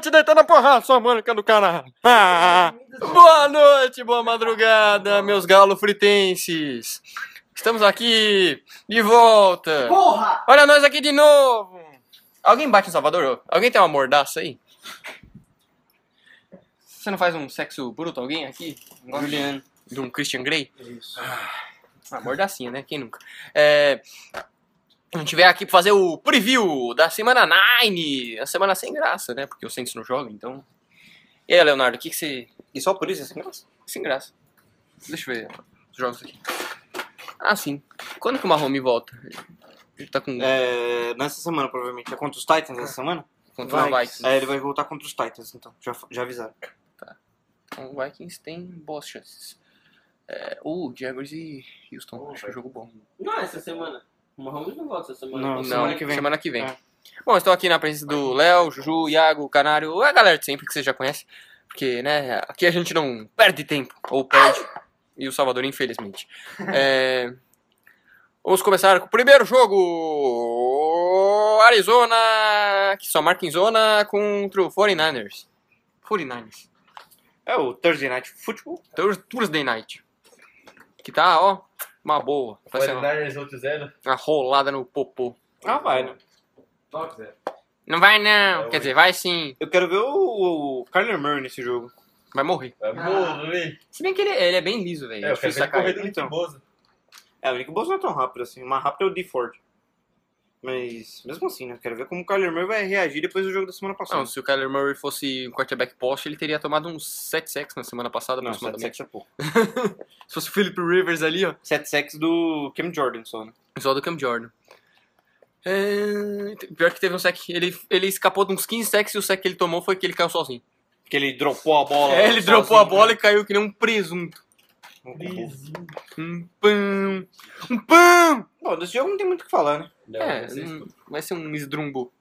te deitar na porrada, sua mônica do caralho. Ah. Boa noite, boa madrugada, meus galo fritenses. Estamos aqui, de volta. Porra! Olha nós aqui de novo. Alguém bate em Salvador? Alguém tem uma mordaça aí? Você não faz um sexo bruto alguém aqui? Juliano. De um Christian Grey? Isso. Ah, mordacinha, né? Quem nunca? É, a gente veio aqui pra fazer o preview da semana 9. A semana sem graça, né? Porque o Saints não joga, então... E aí, Leonardo, o que, que você... E só por isso é sem graça? Sem graça. Deixa eu ver os jogos aqui. Ah, sim. Quando que o Mahomes volta? Ele tá com... É, nessa semana, provavelmente. É contra os Titans essa semana? contra o Vikings. É, ele vai voltar contra os Titans, então. Já, já avisaram. Então, o Vikings tem boas chances. É, o Jaguars e Houston, acho que é um jogo bom. Não, essa semana. O Mahomes não volta essa semana. Não, Essa semana semana que vem. Semana que vem. É. Bom, estou aqui na presença do Léo, Juju, Iago, Canário, a galera de sempre que você já conhece. Porque, né, aqui a gente não perde tempo, ou perde, e o Salvador, infelizmente. É, vamos começar com o primeiro jogo! Arizona, que só marca em zona, contra o 49ers. 49ers. É o Thursday Night Football. Thurs- Então, Thursday Night. Que tá, ó, uma boa. Vai ser uma, 49ers outro zero. uma rolada no popô. Ah, vai, né? Top zero. Não vai não, É quer hoje. dizer, vai sim, Eu quero ver o, o Kyler Murray nesse jogo. vai morrer. Vai Ah, morrer. Se bem que ele, ele é bem liso, velho. É, é eu difícil quero ver ele sacar correr ele. do Nick então. Bosa. É, o Nick Bosa não é tão rápido assim. O mais rápido é o D Ford. Mas, mesmo assim, né? Quero ver como o Kyler Murray vai reagir depois do jogo da semana passada. Não, se o Kyler Murray fosse um quarterback poste, ele teria tomado uns 7 sacks na semana passada, não, 7 aproximadamente. sacks é pouco. Se fosse o Philip Rivers ali, ó, 7 sacks do Cam Jordan só, né? só do Cam Jordan. É, Pior que teve um sack, ele, ele escapou de uns 15 sacks e o sack que ele tomou foi que ele caiu sozinho. Que ele dropou a bola. É, ele dropou né? a bola e caiu que nem um presunto. e... Um pão, um pão! Bom, desse jogo não tem muito o que falar, né? Não, É, não sei se- não- vai ser um esdrumbo.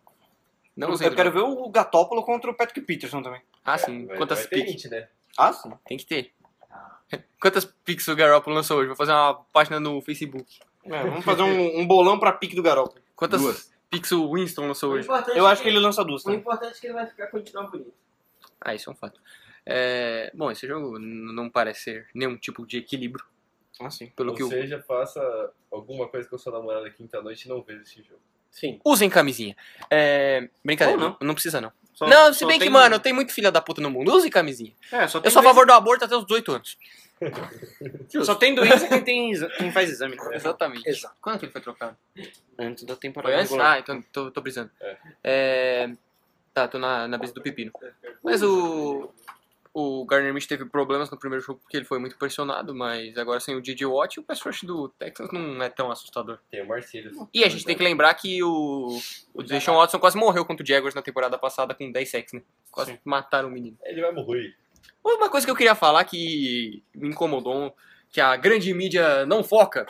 Não eu sei. quero ver o Gatópolo contra o Patrick Peterson também. Ah, sim. vai- Quantas vai ter piques? hit, né? Ah, sim. Tem que ter. Quantas piques o Garoppolo lançou hoje? Vou fazer uma página no Facebook. É, vamos fazer um, um bolão pra pique do Garoppolo. Quantas Duas. piques o Winston lançou O hoje? importante Eu acho que é ele lança duas O também. importante é que ele vai ficar continuar bonito. Ah, isso é um fato. É, Bom, esse jogo n- não parece ser nenhum tipo de equilíbrio. Ah, sim. Pelo Ou que o... seja, faça alguma coisa com sua namorada quinta-noite e não veja esse jogo. Sim. Usem camisinha. É, Brincadeira, Ou não. não. precisa não. Só- não, se só bem que, tem- mano, tem muito filha da puta no mundo. Use camisinha. É, só tem Eu sou a dois- favor do aborto até os 18 anos. Só tem doença quem, tem, exa- quem faz exame. né? Exatamente. Exato. Quando é que ele foi trocado? Antes da temporada Foi antes? regular. Ah, então tô, tô brisando. É. É, Tá, tô na, na brisa do pepino. Mas o. O Garner Mitch teve problemas no primeiro jogo porque ele foi muito pressionado, mas agora sem o DJ Watt, o pass rush do Texans não é tão assustador. Tem o Marcelo. E a gente tem que lembrar que o, o Deshaun Watson quase morreu contra o Jaguars na temporada passada com 10 sacks, né? Quase Sim. mataram o menino. Ele vai morrer. Uma coisa que eu queria falar que me incomodou, que a grande mídia não foca,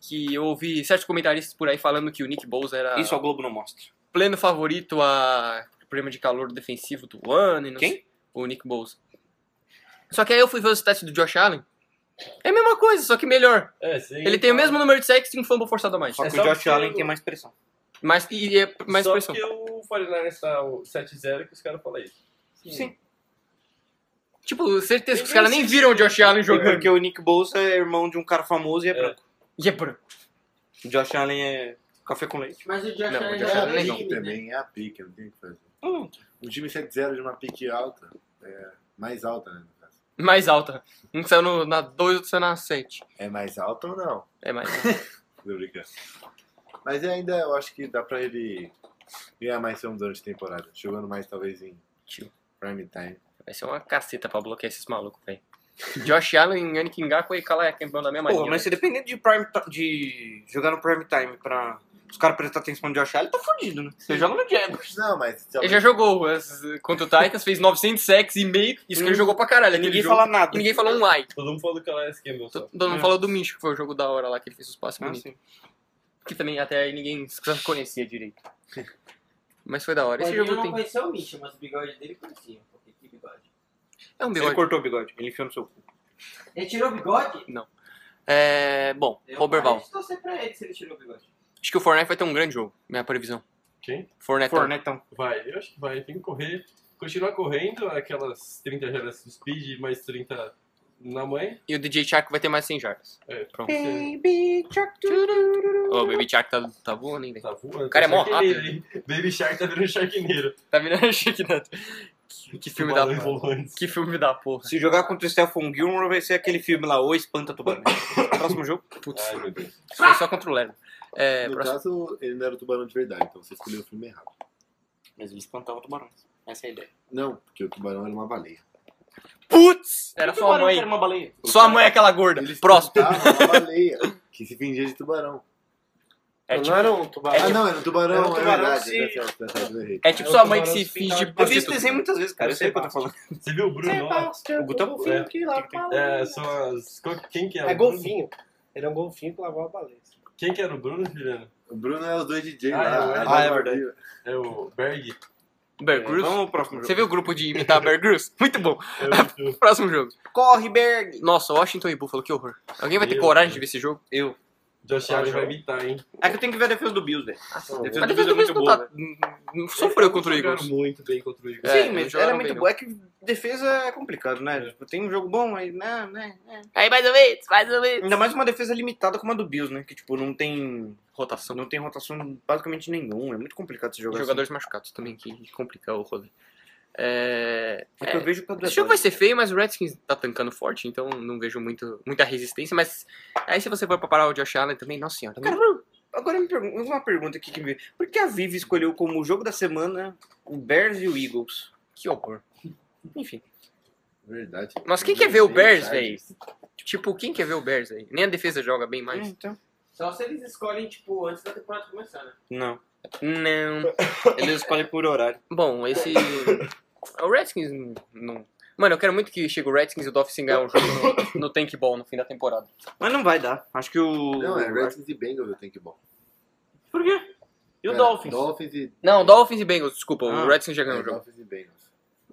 que eu ouvi certos comentaristas por aí falando que o Nick Bosa era Isso a Globo não mostra. pleno favorito a prêmio de calor defensivo do ano. E não Quem? sei- o Nick Bosa. Só que aí eu fui ver os testes do Josh Allen. É a mesma coisa, só que melhor. É, sim. Ele tem o mesmo número de sacks e um fumble forçado a mais. Só É que só o Josh porque Allen o- tem mais pressão. Mas e é mais Só pressão. que o 49ers tá o 7-0 que os caras falam isso. Sim. Tipo, certeza que os Ninguém caras nem viram o Josh Allen É jogando. Porque o Nick Bolsa é irmão de um cara famoso e é É. branco. E é branco. O Josh Allen é café com leite. Mas o Josh Não, o Allen Josh já Allen é não. time, né? também é a pique, não tem o que fazer. Hum, Um time 7-0 de uma pique alta, é mais alta, né? no caso. Mais alta. Um saiu no, na 2, outro saiu na 7. É mais alta ou não? É mais. Tô brincando. Mas é, ainda eu acho que dá pra ele ganhar mais são durante a temporada. Jogando mais, talvez, em Tio. prime time. Vai ser uma caceta pra bloquear esses malucos, velho. Josh Allen, Yannick Ngakoue e Kalaya campeão da mesma Porra, linha, mas se depender de, prime ti- de jogar no prime time pra os caras prestar atenção no Josh Allen, tá fudido, né? Você joga no Jaguars. Não, mas... Ele já jogou as- contra o Titans, fez 900 sacks e meio. Isso que ele Hum. jogou pra caralho. aquele Ninguém jogo. fala nada. E ninguém falou um ai. Todo mundo falou que ela é esquema só. Todo todo mundo É. falou do Micho, que foi o jogo da hora lá que ele fez os passes Ah, bonitos. sim. Que também até aí ninguém conhecia direito. Mas foi da hora. Esse Ele jogo não tem. conheceu o Misha, mas o bigode dele conhecia. Porque que bigode? É um Ele bigode. cortou o bigode, ele enfiou no seu cu. Ele tirou o bigode? É. Bom, Eu Roberval. parei de torcer pra ele se ele tirou o bigode. Acho que o Fortnite vai ter um grande jogo, minha previsão. Quem? É, Fornetão. Fornetão. Vai, eu acho que vai. Tem que correr. Continuar correndo aquelas 30 jardas do speed, mais 30 na mãe. E o DJ Chark vai ter mais 100 jardas. É, Pronto. você Ô, o Baby Chark tá, tá voando ainda. tá voando. O cara é mó Sharknado, hein? Baby Shark tá virando Sharkneiro. Tá virando Sharknado. Que, que filme da Tubarões porra. volantes. Que filme da porra. Se jogar contra o Stephen Gilmore, vai ser aquele filme lá, O Espanta Tubarão. Próximo jogo. Putz, Ai, meu Deus. isso foi só contra o Lerner. É, no próximo. caso, ele não era o tubarão de verdade, então você escolheu o filme errado. Mas ele espantava tubarões. Essa é a ideia. Não, porque o tubarão era uma baleia. Putz! Era Por que sua tubarão mãe. Era uma baleia. Sua mãe é aquela gorda. Eles Próximo. tentavam uma baleia que se fingia de tubarão. É tipo, era um tubarão. ah, não, era um tubarão, era era um é tubarão verdade. se- Dessa, dessa, eu errei. é tipo É o sua mãe que tubarão se se finge pintar de Eu vi esse de é prostituta. desenho muitas vezes, cara. Eu sei o que eu tô falando. Você viu o é Bruno? lá? O um Gutavo filho que lá. É, são as... qual- Quem que é? É o Bruno? golfinho. Ele é um golfinho que lavou a baleia. Quem que era o Bruno, Juliano? O Bruno é os dois DJ Ah, lá. é, a é, Dona é verdade. Maria. É o Berg? Bear Grylls? É, Vamos ao próximo jogo. Você viu o grupo de imitar Bear Grylls? Muito bom. É o... Próximo jogo. Corre, Berg! Nossa, Washington e Buffalo, que horror. Alguém vai ter Meu coragem Deus. de ver esse jogo? Eu. Josh Allen vai imitar, hein? É que eu tenho que ver a defesa do Bills, velho. A defesa Mas depois do Bills é do muito mesmo boa, tá... velho. não Sofreu contra o Eles Eagles. jogaram muito bem contra o É, Eagles. Sim, eles mas era jogaram muito bem, boa. É que defesa é complicado, né? Tipo, tem um jogo bom, aí, né, né, né. Aí mais ou menos, mais ou menos. Ainda mais uma defesa limitada como a do Bills, né? Que, tipo, não tem... Rotação. Não tem rotação basicamente nenhuma. É muito complicado esse jogo. E Jogadores machucados também, que complica o rolê. É... Assim. É que eu vejo pra Esse jogo vai ser feio, mas o Redskins tá tancando forte, então não vejo muito, muita resistência. Mas aí se você for pra parar o Josh Allen também, nossa senhora. Cara, agora me pergun- uma pergunta aqui que me... Por que a Vivi escolheu como o jogo da semana o Bears e o Eagles? que horror. Enfim. Verdade. Nossa, quem quer ver o Bears, Verdade. Tipo, quem quer ver o Bears aí? Nem a defesa joga bem Hum, mais. Então... Só se eles escolhem, tipo, antes da temporada começar, né? Não. Não. Eles escolhem por horário. Bom, esse. O Redskins não- não. Mano, eu quero muito que chegue o Redskins e o Dolphins ganhar um jogo no, no Tank Ball no fim da temporada. Mas não vai dar. Acho que o... Não, é Redskins e Bengals eu tenho que bom. Por quê? E o Pera, Dolphins? Dolphins e... Não, Dolphins e Bengals, desculpa, Ah, o Redskins já É, ganhou o jogo. Dolphins e Bengals.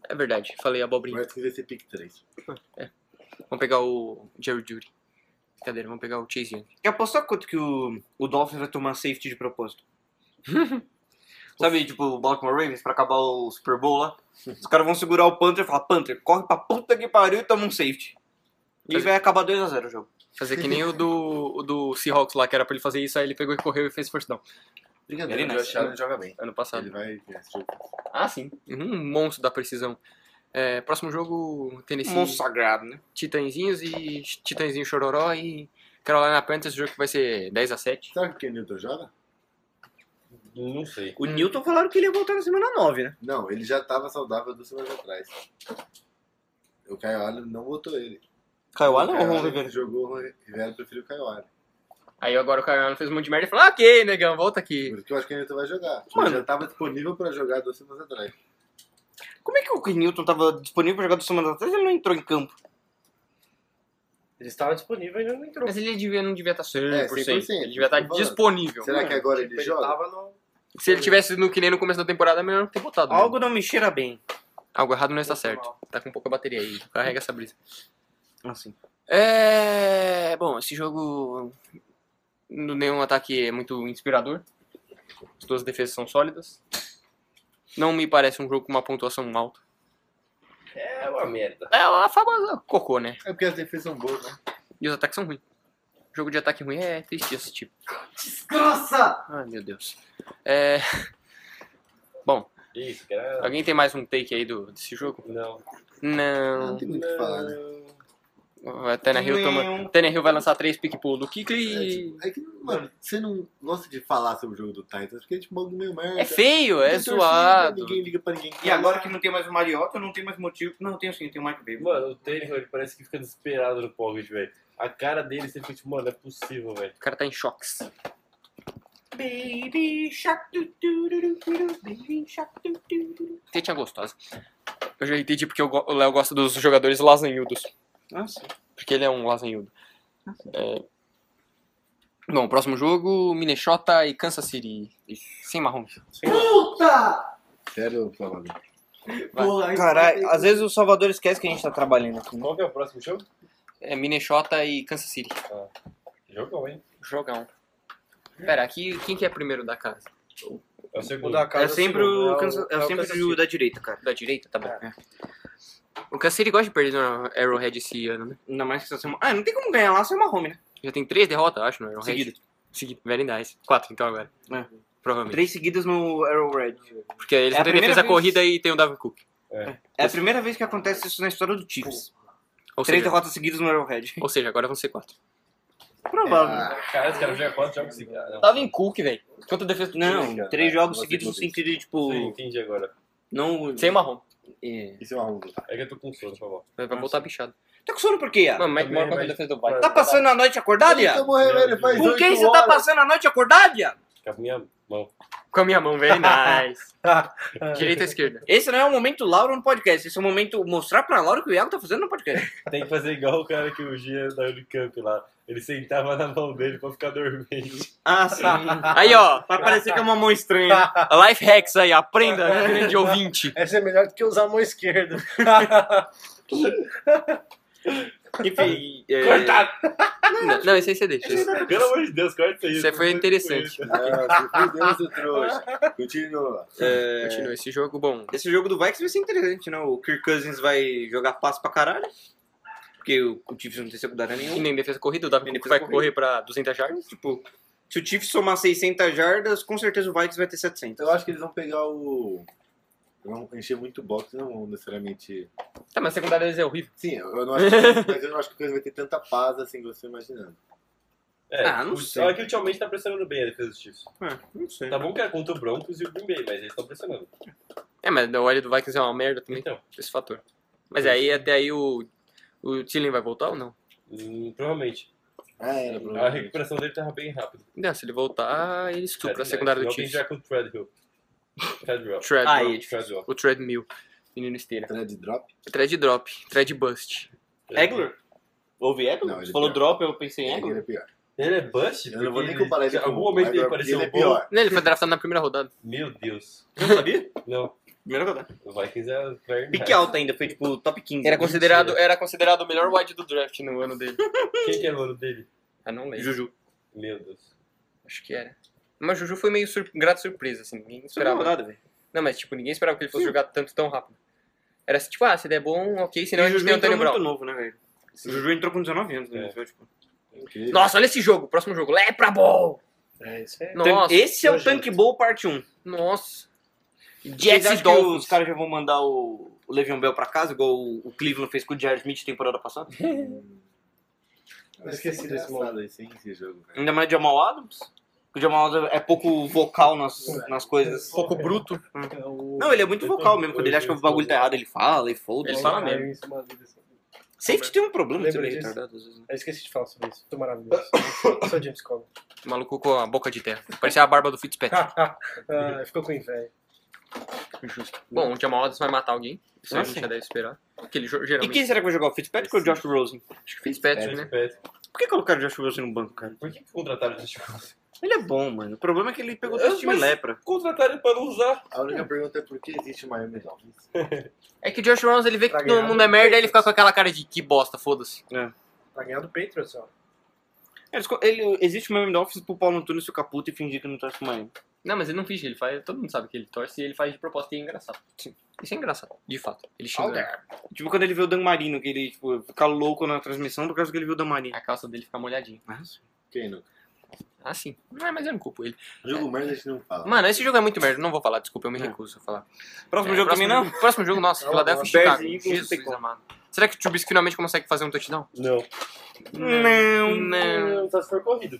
É verdade, falei O abobrinha. Redskins vai ser pick 3. Vamos pegar o Jerry Judy. Brincadeira, vamos pegar o Chase Young. Quer apostar quanto que o, o Dolphins vai tomar safety de propósito? Sabe, tipo, o Baltimore Ravens pra acabar o Super Bowl lá? Os caras vão segurar o Panther e falar, Panther, corre pra puta que pariu e toma um safety. E Mas- vai acabar 2x0 o jogo. Fazer que nem o do, o do Seahawks lá, que era pra ele fazer isso, aí ele pegou e correu e fez first down. Brincadeira, Ele o Josh nasce- Allen joga bem. Ano passado. Ele vai... esse jogo. Ah, sim. Um monstro da precisão. É, próximo jogo, Tennessee Monstro sagrado, né? Titãzinhos e Titãzinho Chororó e Carolina Panthers, jogo que vai ser 10 a 7 Sabe é o que o Newton joga? Não sei. O Newton falaram que ele ia voltar na semana 9, né? Não, ele já tava saudável duas semanas atrás. O Caio Allen não botou ele. Caiu O Allen ou Caio o é um Ron Allen Rivera? Jogou o Ron Rivera, preferiu o Caio Allen. Aí agora o Carolina fez um monte de merda e falou, ok, negão, volta aqui. Por isso que eu acho que o Newton vai jogar. Mano. Ele já tava disponível pra jogar duas semanas atrás. Como é que o Newton tava disponível pra jogar duas semanas atrás e ele não entrou em campo? Ele estava disponível e ele não entrou. Mas ele devia, não devia tá estar 100%, É, 100%, ele devia estar tô falando. disponível. Será que agora ele Ele joga? tava no... Se ele tivesse no que nem no começo da temporada, melhor não ter botado. né? Algo não me cheira bem. Algo errado não está certo. Tá com pouca bateria aí, carrega essa brisa. Assim. É. Bom, esse jogo. no- Nenhum ataque é muito inspirador. As duas defesas são sólidas. Não me parece um jogo com uma pontuação alta. É uma merda. É a famosa cocô, né? É porque as defesas são boas, né? E os ataques são ruins. Jogo de ataque ruim é triste esse tipo. Descansa! Ai, meu Deus. É, Isso, cara. Alguém tem mais um take aí do, desse jogo? Não. Não Não. tem muito o que falar, né? Vai, Tannehill, toma... Tannehill vai lançar três pick pull do Kikli. É que, mano, você não gosta de falar sobre o jogo do Titans, porque é tipo um bagulho meio merda. É feio, é Tem torcida, zoado. Ninguém liga pra ninguém. E agora que não tem mais o Mariota, não tem mais motivo. Não, tem sim, tem o Mike Baby. Mano, o Taylor ele parece que fica desesperado no pocket, velho. A cara dele, você fica tipo, mano, não é possível, velho. O cara tá em choques. Baby Shark, du, du, du, du, du, du, Baby Shark, du, du, du. Tetinha gostosa. Eu já entendi porque eu go- o Léo gosta dos jogadores lasanhudos. Nossa. Porque ele é um lasanhudo. É... Bom, próximo jogo, Minnesota e Kansas City. Sem marrom. Puta! Sério, Flávio? Vai. Porra, isso vai ter- Caralho, às vezes o Salvador esquece que a gente tá trabalhando aqui. Qual que é o próximo jogo? É Minnesota e Kansas City. Jogão, hein? Jogão. Pera, aqui, quem que é primeiro da casa? É o O segundo. da casa é sempre segundo, o, é cansa- é é o sempre Kansas o City. da direita, cara. Da direita, tá bom. É. O Kansas City gosta de perder no Arrowhead esse ano, né? Ainda mais que essa semana. Ah, não tem como ganhar lá sem uma home, né? Já tem três derrotas, eu acho, é? Um no Arrowhead. Seguidas. Seguido. Very nice. Quatro, então, agora. É. Provavelmente. Três seguidas no Arrowhead. Porque eles É não a têm primeira defesa vez- corrida e tem o Davin Cook. É a primeira vez que acontece isso na história do Chiefs. Ou Três seja, derrotas seguidas no Arrowhead. ou seja, agora vão ser quatro. Provável. Cara, esse cara é joga quatro jogos seguidos. Ah, não. Davin Cook, velho. Quanto defesa Não, Cara, três jogos você seguidos no conta isso. sentido de, tipo... Sim, entendi agora. Não... Sem marrom. É. Isso é um arrumo. É que eu tô com sono, por favor. Vai Nossa. voltar bichado. é Tá com sono por quê, Iá? Mano, Mike também, Moore contra a mas- defesa do Vikings. Tá passando a noite acordado, Iá? ele faz Com quem oito você tá horas. passando a noite acordado, Iá? Com a minha mão. Com a minha mão, very nice. Direita ou esquerda? Esse não é o momento Laura no podcast. Esse é o momento mostrar pra Laura o que o Iago tá fazendo no podcast. Tem que fazer igual o cara que o Gia da Unicamp lá. Ele sentava na mão dele pra ficar dormindo. Ah, sim. Aí, ó. Vai parecer que é uma mão estranha. Life hacks aí, aprenda, né, grande ouvinte. Essa é melhor do que usar a mão esquerda. Enfim. é- Não, não, esse aí você deixa. Esse- Pelo amor de Deus, corta isso. Isso foi interessante. Não, É, meu Deus, o trouxa. Continua. Continua esse jogo, bom. Esse jogo do Vikings vai ser interessante, né? O Kirk Cousins vai jogar passe pra caralho. Porque o, o Chiefs não tem secundária E nenhuma. nem defesa corrida, o Davin Nem Cook vai defesa correr pra 200 jardas. Tipo, se o Chiefs somar 600 jardas, com certeza o Vikings vai ter 700. Então, Eu acho que eles vão pegar o. Vão encher muito box, não vão necessariamente. Tá, mas a secundária deles é horrível. Sim, eu não acho que. Mas eu não acho que o Coisa vai ter tanta paz assim que você imaginando. É, Ah, não o- sei. Olha que ultimamente tá pressionando bem a defesa dos Chiefs. É, não sei. Tá bom que era contra o Broncos e o Green Bay, mas eles estão pressionando. É, mas a OL do Vikings é uma merda também, Então, esse fator. Mas aí, até aí, o, o Tilling vai voltar ou não? hum, provavelmente. Ah, era A provavelmente. recuperação dele tava bem rápida. Não, se ele voltar, ele estupra a secundária do Alguém Chiefs. já com o Treadwell. Treadwell. Treadmill. Aí. é Treadwell. O treadmill. Ah, Menino esteira. Thread drop? Thread drop. Thread bust. Eglor? Houve Não, Eglor? ele Você falou tem- drop, eu pensei em Ele Eglor. é pior. Ele é bust? Eu não vou Porque nem comparar ele. ele Em com algum momento ele um Agora, porque pareceu Ele é bom. pior. Não, ele foi draftado na primeira rodada. Meu Deus. Não sabia? Não, Primeira rodada. o Vikings é very Pique nice. alta ainda, foi tipo top 15. Era considerado, era considerado o melhor wide do draft no ano dele. Quem que era o ano dele? Ah, não lembro. Juju. Meu Deus. Acho que era. Mas Juju foi meio sur... grata surpresa, assim. Ninguém Primeira esperava. rodada, velho. Não, mas tipo, ninguém esperava que ele fosse jogar tanto tão rápido. Era assim, tipo, ah, se der bom, ok, senão a E gente tem o Antônio Brown. muito novo, né, velho? O Juju entrou com 19 anos, né? É. Então, tipo, Incrível. Nossa, olha esse jogo, próximo jogo. Lepra Ball! É, isso é. Nossa, Esse é o nojento. Tank Bowl parte 1. nossa. Vocês um. Jets e acham que Dolphins. os caras já vão mandar o, o Le'Veon Bell pra casa, igual o, o Cleveland fez com o Jared Smith temporada passada? Eu esqueci desse momento. Engraçado esse, hein, esse jogo. velho. Ainda mais Jamal Adams? O Jamal Adams é pouco vocal nas, nas coisas. Pouco bruto. Não, ele é muito vocal mesmo. Quando ele acha que o bagulho tá errado, ele fala e foda. Ele se fala mesmo. é Safety tem um problema de ser Lembra meio disso? retardado às vezes. né? Eu esqueci de falar sobre isso. Foi maravilhoso. Sou James Cobb. O maluco com a boca de terra. Parecia a barba do Fitzpatrick. Ah, ficou com inveja. Justo. Bom, o Jamal Adams vai matar alguém. Isso a Ah, gente sim. já deve esperar. Porque ele jo- E geralmente... quem será que vai jogar? O Fitzpatrick ou o Josh Rosen? Acho que É, Fitzpatrick, É. né? Pet. Por que colocaram o Josh Rosen no banco, cara? Por que que contrataram esse jogo? Ele é bom, mano. O problema é que ele pegou Eu- dois times mas- lepra. Contrataram ele pra não usar. A única pergunta é por que existe o Miami Dolphins? É que o Josh Rosen, ele vê que Pra todo ganhar. né? mundo é merda, aí ele fica com aquela cara de que bosta, foda-se. Pra ganhar do Patriots, ó. Eles co- Ele, existe o Miami Dolphins pro Paulo Antunes se o Caputo e fingir que não torce pro Miami. Não, mas ele não finge, ele faz. Todo mundo sabe que ele torce e ele faz de propósito e é engraçado. Isso é engraçado, de fato. Ele xinga. Tipo quando ele vê o Dan Marino, que ele tipo, fica louco na transmissão por causa que ele viu o Dan Marino. A calça dele fica molhadinha. Nossa. Quem não? Ah, sim. Não é, mas eu não culpo ele. Jogo merda a gente não fala. Mano, esse jogo é muito merda. Não vou falar, desculpa, eu me Não. recuso a falar. É. Próximo É, jogo também não? jogo- Próximo jogo, nossa, Não, Philadelphia e não. Chicago. Bears e Eagles, É um não tem Jesus como. amado. Será que o Trubisky finalmente consegue fazer um touchdown? Não. Não. Não. Só se for corrido.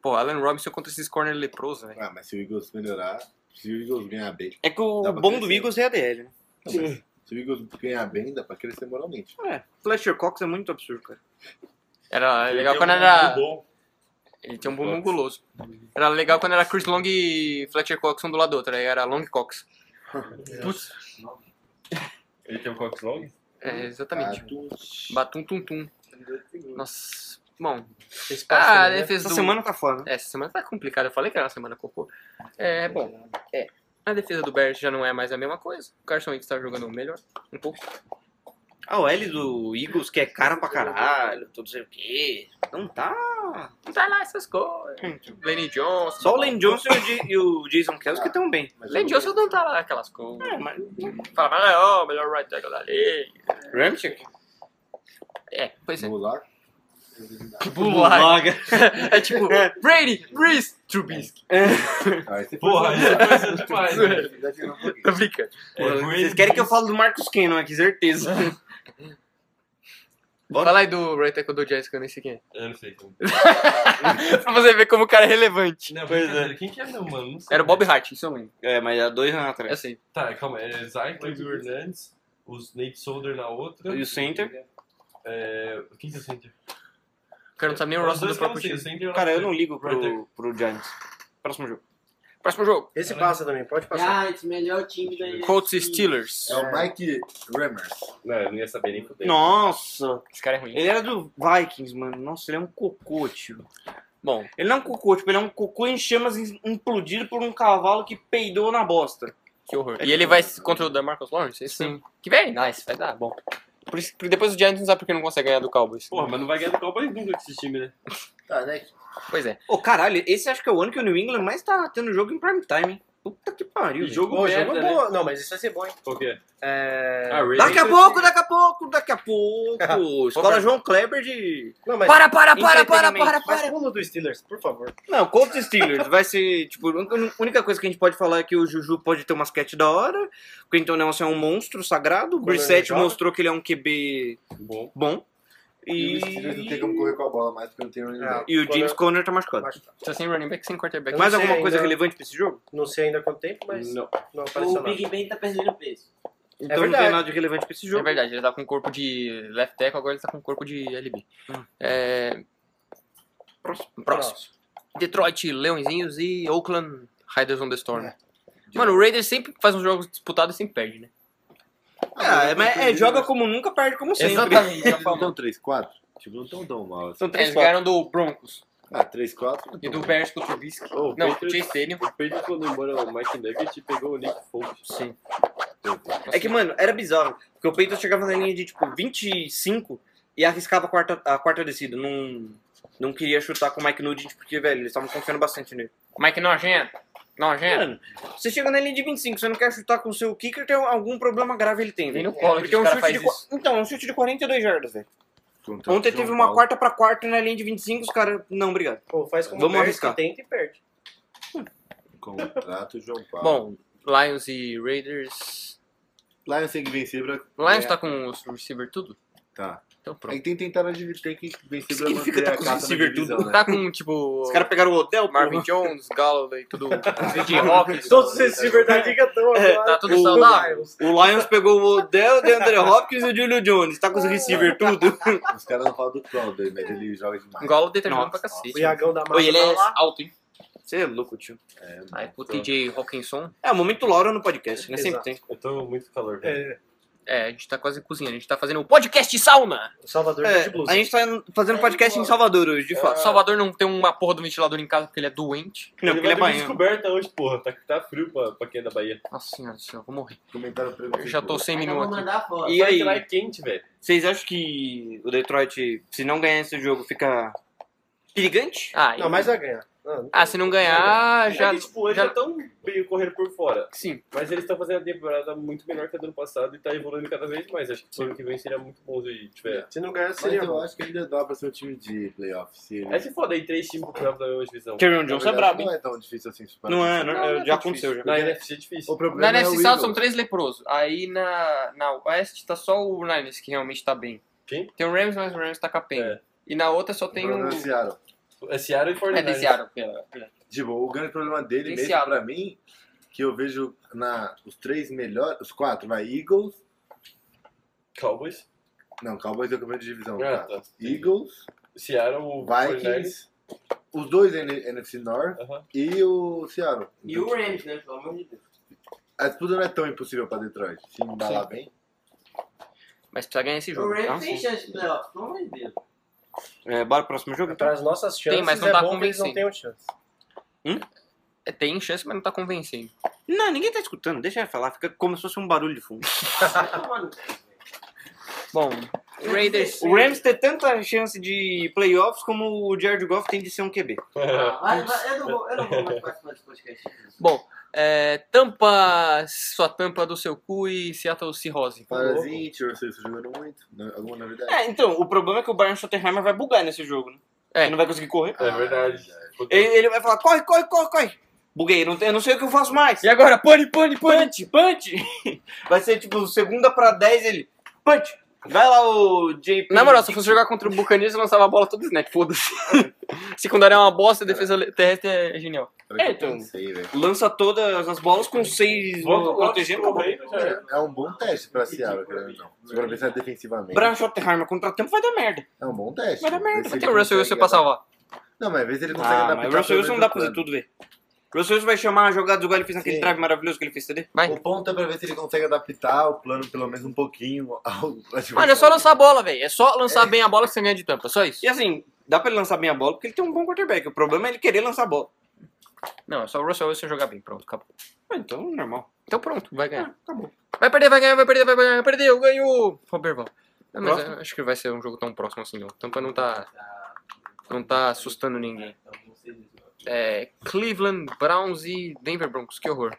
Pô, Allen Robinson contra esses corner leproso, velho. Ah, mas se o Eagles melhorar, se o Eagles ganhar bem. É que o Dá pra bom do crescer. Eagles é a DL, né? Não, mas se o Eagles ganhar bem, dá pra crescer moralmente. É. Fletcher Cox é muito absurdo, cara. Ah, é Era legal Ele quando tem um era. bom. Ele tinha um bumbum guloso. Era legal quando era Chris Long e Fletcher Cox um do lado do outro. Aí era Long Cox. Putz. Ele tem um Cox Long? É, exatamente. Tato, Batum tum tum. Nossa. Bom. Vocês Ah, a né? defesa Essa do. semana tá fora, né? É, Essa semana tá complicada. Eu falei que era uma semana cocô. É, bom. A defesa do Bears já não é mais a mesma coisa. O Carson Wentz tá jogando melhor. Um pouco. A OL Ah, do Eagles, que é cara pra caralho, tudo sei o quê. Não tá. Não tá lá essas coisas. Lenny Johnson. Só o Len Johnson e o J- e o Jason Kelsey que estão bem. Mas Len eu- Johnson não tá lá aquelas coisas. É, mas Fala, ah, ó, melhor right tackle da liga. Ramchick? É, pois é. Mulak. Bulaga. É tipo, Brady, Breeze, Trubisky. Aí você Porra, isso é coisa demais. né? Tô brincando. Vocês querem que eu fale do Marcus Cannon aqui, certeza. Bora. Fala aí do right tackle do Giants que eu nem sei quem é. Eu não sei. como- pra você ver como o cara é relevante. Não, Pois brincadeira, Quem que é meu mano? Não sei. Era o Bob Hart, isso eu lembro. É, mas há dois anos Eu atrás. sei. Tá, calma. É Zayn, Cleveland Hernandes, os Nate Solder na outra. E o center? É, quem que é o center? O cara não sabe nem o Os roster dois do que eu não próprio sei, o time. center eu Cara, eu não ligo Right pro, pro Giants. Próximo jogo. Próximo jogo. Esse passa também, pode passar. Giants, melhor time da NFC. Colts e Steelers. É o Mike Rammers. Não, eu não ia saber nem poder. Nossa! Esse cara é ruim. Ele era do Vikings, mano. Nossa, ele é um cocô, tio. Bom, Ele não é um cocô, tipo, ele é um cocô em chamas in- implodido por um cavalo que peidou na bosta. que horror. E ele vai contra o Demarcus Lawrence? Esse sim. Que very nice, vai dar bom. Por isso- por- depois o Giants não sabe porque não consegue ganhar do Cowboys. Porra, mas não vai ganhar do Cowboys nunca com esse time, né? Tá, né? Pois é. Ô, caralho, esse acho que é o ano que o New England mais tá tendo jogo em prime time, hein? Puta que pariu. E velho. jogo Pô, merda, jogo né? bom. Não, mas isso vai ser bom, hein? Qual que é? É... Ah, Ravens. Daqui a pouco, daqui a pouco, daqui a pouco. Escola João Kleber de. Não, mas... Para, para, para, para, Entretenimento. para, Mas para. pula do Steelers, por favor. Não, Colts e Steelers. Vai ser, tipo, a única coisa que a gente pode falar é que o Juju pode ter umas catch da hora. O Quentin Nelson é um monstro sagrado. O Quando ele Brissette joga. mostrou que ele é um QB Bom. bom. E E, os Steelers não tem como correr com a bola mais porque não tem running back. e o James Agora- Conner tá machucado. Só sem running back, sem quarterback. Eu Mais não sei alguma coisa ainda. relevante pra esse jogo? Não sei ainda quanto tempo, mas não, Não. apareceu O nada. Big Ben tá perdendo peso. Então não tem verdade. nada de relevante pra esse É jogo. verdade, ele tá com corpo de left tackle, agora ele tá com corpo de LB. É... Próximo. Detroit, Leõezinhos e Oakland Raiders on the Storm. Mano, o Raiders sempre faz uns jogos disputados e sempre perde, né? Ah, é, mas é, joga como nunca, perde como sempre. tá Eles não estão 3, 4? Então, Tipo, não estão tão mal assim. São Eles três quatro. ganharam do Broncos Ah, 3, 4? e do Bears com o Trubisky. Oh, o Não, Patriots- Chase Stadium. O Patriots mandou embora o Mike Leggett e pegou o Nick Foles. Sim. É que, mano, era bizarro. Porque o Peyton chegava na linha de, tipo, 25 e arriscava a quarta, a quarta descida. Não, não queria chutar com o Mike Nugent porque, velho, eles estavam confiando bastante nele. Mike nojento. Nojento. Mano, você chega na linha de 25, você não quer chutar com o seu kicker, tem algum problema grave ele tem, Vem velho. no colo Porque que é o um cara chute faz de, isso. qua- então, é um chute de 42 jardas, velho. Então, Ontem um teve uma quarta pra quarta na linha de 25, os caras. Não, obrigado. Pô, faz como Vamos o Bears, arriscar. que tenta e perde. Contrato João Paulo. Bom, Lions e Raiders. Lions tem é assim que vencer pra... Lions tá com os receiver tudo? Tá. Então É que pronto. tem que tentar na divi- tem que vencer pra significa manter tá a com caça na receiver divisão, tudo? né? Tá com, tipo, Os caras pegaram o hotel, Marvin Marvin. Jones, Galloway, tudo. J.J. Hopkins. Todos esses de verdade que estão agora. Tá tudo É, O saudável. Lions. O Lions pegou o Odell, o DeAndre Hopkins e o Julio Jones. Tá com os receiver tudo. Os caras não falam do Crowder, mas ele joga demais. Galo determinando Um pra Nossa, O cacete. Iagão da Massa Oi, ele tá é lá. alto, hein? Você é louco, tio. É, Aí o TJ Hawkinson. É, o momento Laura no podcast, né? Sempre Exato. tem. Eu tô muito calor, velho. É, É, a gente tá quase cozinhando. A gente tá fazendo o podcast sauna. o Salvador É, de blusa. a gente tá fazendo podcast em Salvador hoje, de fato. Salvador não tem uma porra do ventilador em casa porque ele é doente. Não, porque ele é vai dormir baiano. descoberta hoje, porra. Tá, tá frio pra, pra quem é da Bahia. Nossa senhora do céu, eu vou morrer. Comentaram pra Eu já tô sem Ainda menu vou aqui. mandar fora. E aí, Lá é quente, velho. vocês acham que o Detroit, se não ganhar esse jogo, fica perigante? Ah, Não, mas vai ganhar. Não, não ah se não ganhar, já. é que, tipo, eles já já... estão meio correndo por fora. Sim. Mas eles estão fazendo a temporada muito melhor que a do ano passado e tá evoluindo cada vez mais. Acho que pro ano que vem seria muito bom se tiver. Se não ganhar, Mas seria eu bom. acho que ainda dá pra ser um time de playoff. Se ele... É se foda aí, três times pro playoff da mesma divisão. Kerryon Na Jones é verdade, brabo, hein? Não é tão difícil assim. se Não é, não, Não, não é já tão aconteceu já. Na NFC é difícil. O problema Na é NFC o South são Eagles. três leprosos. Aí na, na West tá só o Niners que realmente tá bem. Quem? Tem o Rams, mas o Rams tá capenga. É. E na outra só O tem um o. problema é o Seattle. É Seattle e É Fortaleza. desse aro, pela. pela- Tipo, o grande problema dele Tem mesmo Seattle. pra mim, que eu vejo na os três melhores, os quatro, vai Eagles, Cowboys. não, Cowboys é o campeão de divisão, Ah, tá? tá. Eagles, tá. Seattle, o Fortaleza. Vikings, os dois N- NFC North Aham. e o Seattle. E o Rams, né? Pelo amor de Deus. A disputa não é tão impossível pra Detroit, se embalar Tá bem. Mas precisa ganhar Então esse O jogo. tá? Rams Não? tem chance de playoff, pelo amor de Deus. É, bora pro próximo jogo, então? Para as nossas chances, Tem, mas não é tá bom que eles não convencendo. tenham chance. É, Tem chance, mas não tá convencendo. Não, ninguém tá escutando, deixa eu falar, fica como se fosse um barulho de fundo. Vai tomar no cu, velho. Bom, Raiders. O Rams tem tanta chance de playoffs como o Jared Goff tem de ser um QB. Ah, vai, vai, eu, não vou, eu não vou mais participar desse podcast. Bom, é, tampa sua tampa do seu cu e Seattle cirrose. Parasite, vocês estão jogando muito? Não- Alguma novidade? É, então, o problema é que o Brian Schottenheimer vai bugar nesse jogo, né? É. Ele não vai conseguir correr. É verdade. Ele, ele vai falar, corre, corre, corre, corre. Buguei, não, tem- eu não sei o que eu faço mais. E agora, pane, pane, pane. Punch, punch. Vai ser tipo segunda pra 10 ele. Punch. Vai lá o JP. Na moral, se eu fosse jogar contra o Buccaneers, eu lançava a bola todo snap, foda-se. Secundária é uma bosta, defesa le- terrestre é genial. Era o que eu então. pensei, velho. Lança todas as bolas com 6 Volta logo, protegendo. correndo, acabou. já era. É um bom teste pra Seattle, querendo ou não. Se for pensar defensivamente, Brian Schottenheimer contra tempo vai dar merda. é um bom teste. Vai dar merda, Ver se Mas ele tem o Russell consegue Wilson pra adaptar. salvar. Não, mas às vezes ele consegue Ah, adaptar mas o Russell pelo Wilson não menos dá um pra fazer plano. tudo, velho. O Russell Wilson vai chamar a jogada igual ele fez naquele Sim. drive maravilhoso que ele fez também. Vai. O ponto é pra ver se ele consegue adaptar o plano pelo menos um pouquinho ao adversário. Mano, é só lançar a bola, velho. É só lançar bem a bola que você ganha de tampa, só isso. E assim, dá pra ele lançar bem a bola porque ele tem um bom quarterback. O problema é ele querer lançar a bola. Não, é só o Russell Wilson jogar bem, pronto, acabou. Ah, Então, normal. Então pronto, vai ganhar. acabou. Vai perder, vai ganhar, vai perder, vai ganhar, vai perder, eu ganho! Roberval. Não, mas Próximo. eu acho que vai ser um jogo tão próximo assim, não. Tampa não tá. Não tá assustando ninguém. É. Cleveland, Browns e Denver Broncos, que horror.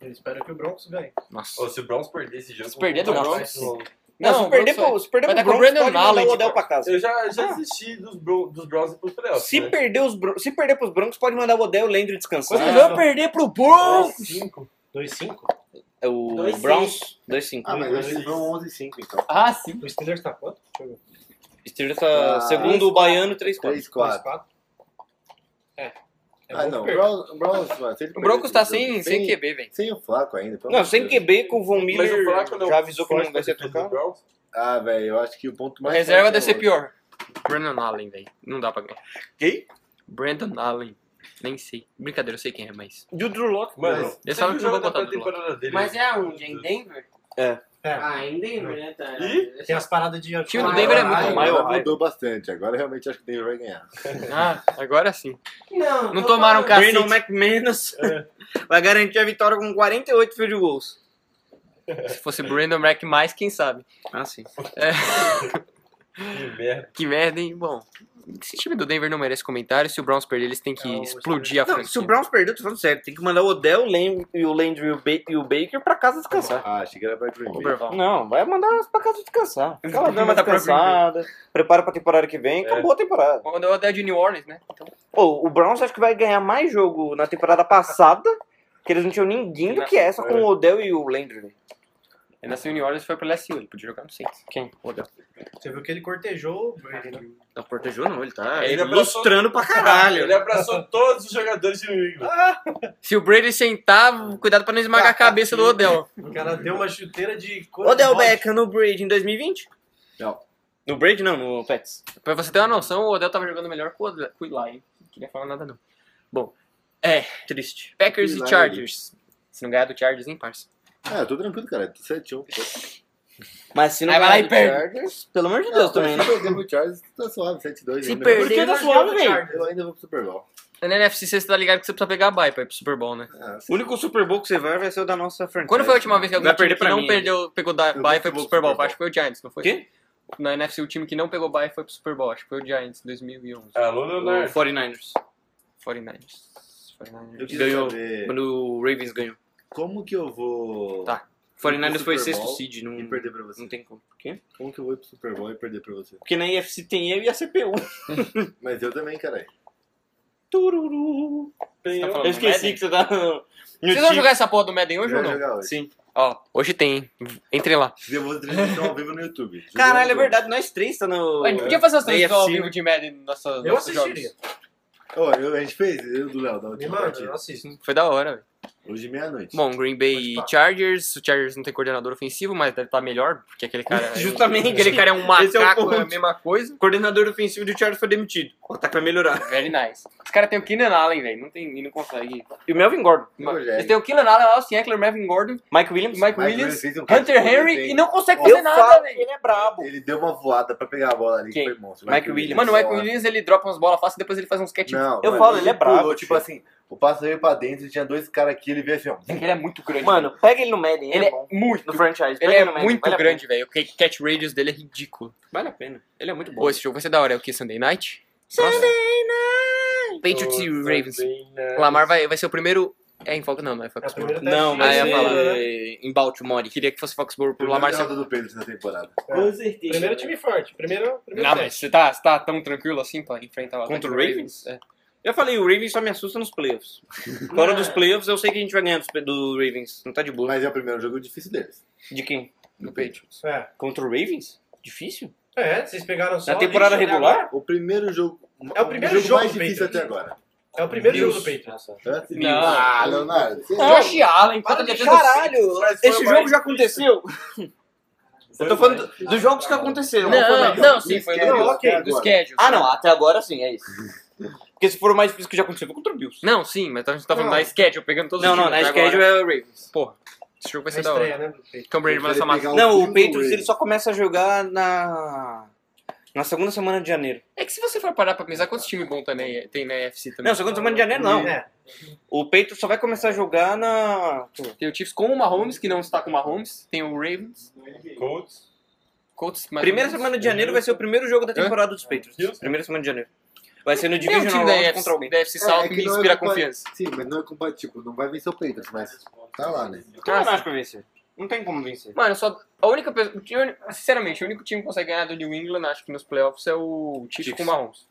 Eu espero que o Broncos ganhe. Nossa. Ó, se o Browns perder esse jogo... Se perder é do nossa, Browns. não. Não, Não, se perder Broncos pro, se perder vai pro dar com o Browns, Brandon pode mandar Allen, o Odell tipo. pra casa. Eu já, já desisti dos, bro, dos Browns e pros playoffs, Ah. Se né? perder, os Bron- se perder pros Broncos, pode mandar o Odell e o Landry descansar. Mas não. perder pro Dois, cinco. 2-5? É o Dois, Browns 2-5. Ah, mas eles vão 11 e 5, então. Ah, sim. O Steelers tá quanto? Steelers tá Ah, segundo, o Baiano 3-4. 3, 4. 4. É. É Ah, bom não. O perder. Broncos- o Broncos, mano, se ele O Broncos perder tá esse jogo, sem, sem QB, velho. Sem o Flaco ainda. pelo Não, amor de sem Deus. QB com o Von Mas Miller o Flaco não já avisou que forte não vai pra ser defesa do trocado. Browns. Ah, velho, eu acho que o A ponto mais... reserva forte deve é ser o- pior. Brandon Allen, velho. Não dá pra ganhar. Quem? Brandon Allen. Nem sei. Brincadeira, eu sei quem é, mas. E o Drew Lock. Mano, Mas- Eles falam teve um que não vão jogo da botar do Browns. pré-temporada dele. Mas é onde? É em Denver? É. Ah, em Denver, né? Tá. Ih, Tem as paradas de... time do Denver é muito Ah, bom. agora Maior mudou bastante. Agora realmente acho que o Denver vai ganhar. Ah, agora sim. Não, Não tomaram falando- Cacete. Brandon McManus vai garantir a vitória com 48 field goals. Se fosse Brandon Mac mais, quem sabe? Ah, sim. que merda. Que merda, hein? Bom, esse time do Denver não merece comentário. Se o Browns perder, eles têm que Não, explodir a É Não, se franquia. o Browns perder, eu tô falando sério. Tem que mandar o Odell, o Lam- e o Landry e o, Ba- e o Baker pra casa descansar. Ah, achei que era pra Green Ô, Bay. Berval. Não, vai mandar elas pra casa descansar. Aquela Vai dama mandar pra descansada, prepara pra temporada que vem, É. acabou a temporada. O Odell de New Orleans, né? Então, Pô, o Browns acho que vai ganhar mais jogo na temporada passada, que eles não tinham ninguém do que essa com o Odell e o Landry. velho. ele nasceu em New Orleans e foi pro LSU. Ele podia jogar no Saints. Quem? O Odell. Você viu que ele cortejou o Brady, né? Não protegeu, não. Ele tá... Ele abraçou- Ilustrando pra caralho. Ele abraçou todos os jogadores de New England. Se o Brady sentar, cuidado pra não esmagar a Tá, cabeça do Odell. O cara deu uma chuteira de... Odell Beckham no Brady em 2020? Não. No Brady não, no Pets. Pra você ter uma noção, o Odell tava jogando melhor que o Odell- que o Eli. hein? Não queria falar nada, não. Bom, é... Triste. Packers Eli. e Chargers. Se não ganhar do Chargers, nem parça. Ah, eu tô um. tranquilo, cara. 7 1 Mas se não Aí vai ganhar lá e do perde. Chargers, pelo amor de Ah, Deus também, né? Se perder pro Chargers, tá suave. 7 2 Se perder- Porque tá suave, velho. Eu ainda vou pro Super Bowl. Na NFC, você tá ligado que você precisa pegar a bye pra ir pro Super Bowl, né? Ah, O único Super Bowl que você vai vai ser o da nossa franquia. Quando foi a última vez que algum Vai time perder que pra não mim, perdeu, pegou da Eu bye foi pro vou pro Super Bowl? Super Bowl. Acho que foi o Giants, não foi? Quê? Na NFC, o time que não pegou bye foi pro Super Bowl. Acho que foi o Giants, 2011. Alô, O Leonardo. 49ers. 49ers. 49ers. Eu queria Ganhou. saber Quando o Ravens ganhou. como que eu vou... Tá. 49ers foi Super sexto Bowl seed, não, E perder pra você. não tem como. Por quê? Como que eu vou ir pro Super Bowl e perder pra você? Porque na IFC tem eu e a CPU. Mas eu também, caralho. Tururu. Tem Tá eu. falando Eu esqueci Madden? que você tá no. no Vocês vão time. jogar essa porra do Madden Eu hoje vou ou não? jogar hoje. Sim. Ó, hoje tem, hein? Entrem lá. Eu vou transmissão ao vivo no YouTube. Caralho, é Jogando. verdade, nós três tá no. A gente podia fazer as Na transmissões ao AFC, vivo de Madden nossa, Eu assistiria. Ô, eu- a gente fez, eu do Léo, da Me última manda, eu partida. assisto. É Foi da hora, velho. Hoje meia-noite. Bom, Green Bay Pode e Chargers. O Chargers não tem coordenador ofensivo, mas deve estar melhor, porque aquele cara. é um- Justamente. Aquele cara é um Esse é o macaco, ponto. é a mesma coisa. O coordenador ofensivo do Charles foi demitido. O ataque vai melhorar. Very nice. Os caras têm o Keenan Allen, velho. Não tem, e não consegue. E o Melvin Gordon. Rogério. Eles têm o Keenan Allen, Austin Eckler, Melvin Gordon, Mike Williams. Mike Mas Williams, fez um Hunter cachorro, Henry tem- e não consegue Eu fazer nada, falo que velho. ele é brabo. Ele deu uma voada pra pegar a bola ali, Quem? é que foi monstro. Mike Williams. Mano, o Mike Bola. Williams tipo, ele dropa umas bolas fáceis e depois ele faz uns catch. Não, Eu mano, falo, ele é brabo, pulou, Tipo tio. assim, O passo veio pra dentro e tinha dois caras aqui, ele veio assim, ó. É que ele é muito grande. Mano, pega ele no Madden, ele, ele é é bom. muito. No franchise, pega Ele é no Madden, muito vale a pena. grande, velho. O ca- catch radius dele é ridículo. Vale a pena. Ele é muito bom. Pô, esse jogo vai ser da hora. É o que? Sunday Night? Night! Patriots e Ravens. né? Lamar vai, vai ser o primeiro. É em Fox? Não, não é Fox. primeiro teste Não, Ah, mas é, é, fala. né? em Baltimore. Queria que fosse Foxborough pro Primeira Lamar ser. derrota do Pedro na temporada. Com certeza. Primeiro time forte. Primeiro, primeiro Não, mas teste. você tá, você tá tão tranquilo assim pra enfrentar o ataque Contra o do Ravens? É. Eu falei, o Ravens só me assusta nos playoffs. Fora dos playoffs, eu sei que a gente vai ganhar dos- do Ravens. Não tá de boa. Mas é o primeiro jogo difícil deles. É. De quem? Do Patriots. É. Contra o Ravens? Difícil? é, vocês pegaram só. Na temporada lixo, né, regular? O primeiro jogo. É o primeiro jogo jogo mais do difícil até Patriots. agora. É o primeiro Bills. jogo do Patriots. Hã? Não. Ah, Leonardo. você- Josh Allen contra a defesa. Mas foi Esse mais jogo já aconteceu. Eu tô falando do- dos jogos que aconteceram. Não, foi mais- não, sim, foi do, Schedule, do, ok, agora. schedule. Ah, não, até agora sim, é isso. Porque se for o mais difícil que já aconteceu, foi contra o Bills. Não, sim, mas a gente tá falando Não. da schedule, pegando todos Não, os não, na times até schedule agora. é o Ravens. Porra, esse jogo vai É a ser da hora. estreia, né, do Patriots. Tom Brady vai lançar uma... Pegar Não, Tá o Bills Patriots ele Ravens. só começa a jogar na. Na segunda semana de janeiro. É que se você for parar pra pensar, quantos times bons também é- tem na UFC também? Não, segunda semana de janeiro né, não. É. O Patriots só vai começar a jogar na. Tem o Chiefs com o Mahomes, que não está com o Mahomes. Tem o Ravens, Colts. Colts... mais Primeira ou menos. É. semana de janeiro vai ser o primeiro jogo da temporada dos Patriots. Houston. Primeira semana de janeiro. Vai ser no Tem um Divisional time da Round UFC, contra alguém. da UFC É, South é que que me não é inspira compa- confiança. Sim, mas não é compatível. Tipo, não vai vencer o Patriots, mas tá lá, né? Eu não acho que vai vencer. Não tem como vencer. Mano, só a única pessoa. Sinceramente, o único time que consegue ganhar do New England, acho que nos playoffs, é o Chiefs Chiefs. com o Mahomes.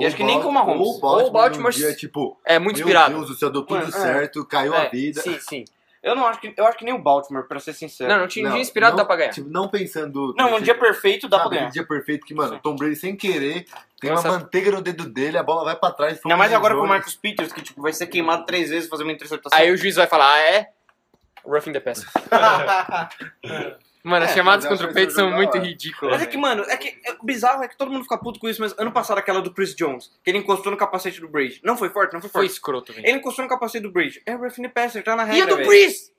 E acho que nem com o Mahomes. Ou o Baltimore, Ou o Baltimore- num dia, tipo, É muito meu inspirado. Deus do céu, deu tudo Mano, é. certo, caiu a É, vida. Sim, sim. Eu não acho que. Eu acho que nem o Baltimore, pra ser sincero. Não, não, time dia inspirado não- dá pra ganhar. Tipo, não pensando... Não, um dia perfeito dá pra Sabe, aquele ganhar. dia perfeito que, mano, Tom Brady sem querer, tem Nossa. uma manteiga no dedo dele, a bola vai pra trás. Ainda mais agora com o Marcos Marcos Peters, que tipo, vai ser queimado três vezes fazer uma interceptação. Aí o juiz vai falar, ah, é. Roughing the pass. Mano, as É, chamadas mas contra acho o que peito esse são jogo da muito hora. ridículas. Mas é que, mano, é que é- o bizarro é que todo mundo fica puto com isso, mas ano passado aquela do Chris Jones, que ele encostou no capacete do Brady. Não foi forte, não foi Foi forte. escroto, velho. Ele encostou no capacete do Brady. É o Ruffin the Passer, tá na regra. E a do velho. Breeze?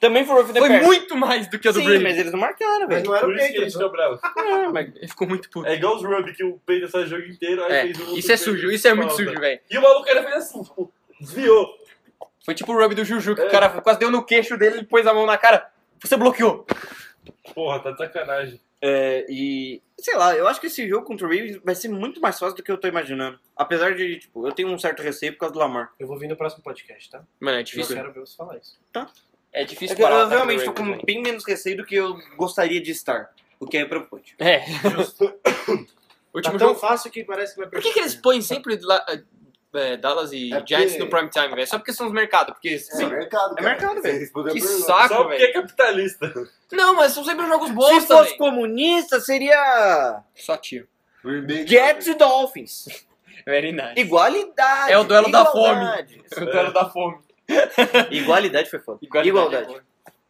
Também foi o Ruffin the Foi Passer. muito mais do que a do Sim, mas Breeze. eles não é- marcaram, Mas velho. não era o Por isso que a Patriots. né? gente tá bravo. Ele ficou muito puto. É igual os rugby que o Peito sai o jogo inteiro, aí É, fez um isso é sujo, isso é muito sujo, velho. E o maluco ele fez assim, tipo, desviou. Foi tipo o rugby do Juju, que É. o cara quase deu no queixo dele, ele pôs a mão na cara. Você bloqueou. Porra, tá de sacanagem. É, e. Sei lá, eu acho que esse jogo contra o Ravens vai ser muito mais fácil do que eu tô imaginando. Apesar de, tipo, eu tenho um certo receio por causa do Lamar. Eu vou vir no próximo podcast, tá? Mano, é Eu difícil. quero ver você falar isso. É É difícil que eu, parar o eu ataque do realmente tô Ravens, com velho. bem menos receio do que eu gostaria de estar. O que é preocupante. É. Tá Último tão jogo. fácil que parece que vai Por perder. que, que eles põem sempre lá, é, Dallas e É porque- Giants no prime time, velho? Só porque são os mercados. Porque... É mercado, cara. mercado, velho. Você respondeu a Que pergunta. saco, Só porque velho. é capitalista. Não, mas são sempre jogos Se bons fosse também. comunista, seria. Só tiro. Remake, Jets e Dolphins. Very nice. Igualdade. É o duelo da igualdade. O duelo da fome. Igualdade foi foda. Igualdade.